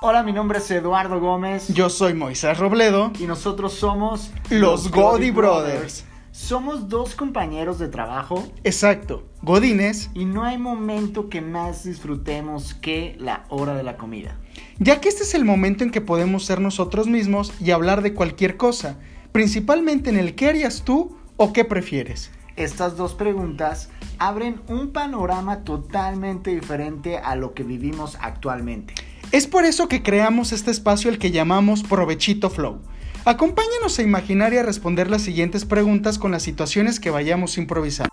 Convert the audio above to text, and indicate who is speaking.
Speaker 1: Hola, mi nombre es Eduardo Gómez.
Speaker 2: Yo soy Moisés Robledo.
Speaker 1: Y nosotros somos
Speaker 2: Los Godi Brothers.
Speaker 1: Somos dos compañeros de trabajo
Speaker 2: Exacto. Godines,
Speaker 1: y no hay momento que más disfrutemos que la hora de la comida.
Speaker 2: ya que este es el momento en que podemos ser nosotros mismos y hablar de cualquier cosa, principalmente en el qué harías tú o qué prefieres.
Speaker 1: Estas dos preguntas abren un panorama totalmente diferente a lo que vivimos actualmente.
Speaker 2: Es por eso que creamos este espacio el que llamamos Provechito Flow. Acompáñanos a imaginar y a responder las siguientes preguntas con las situaciones que vayamos improvisando.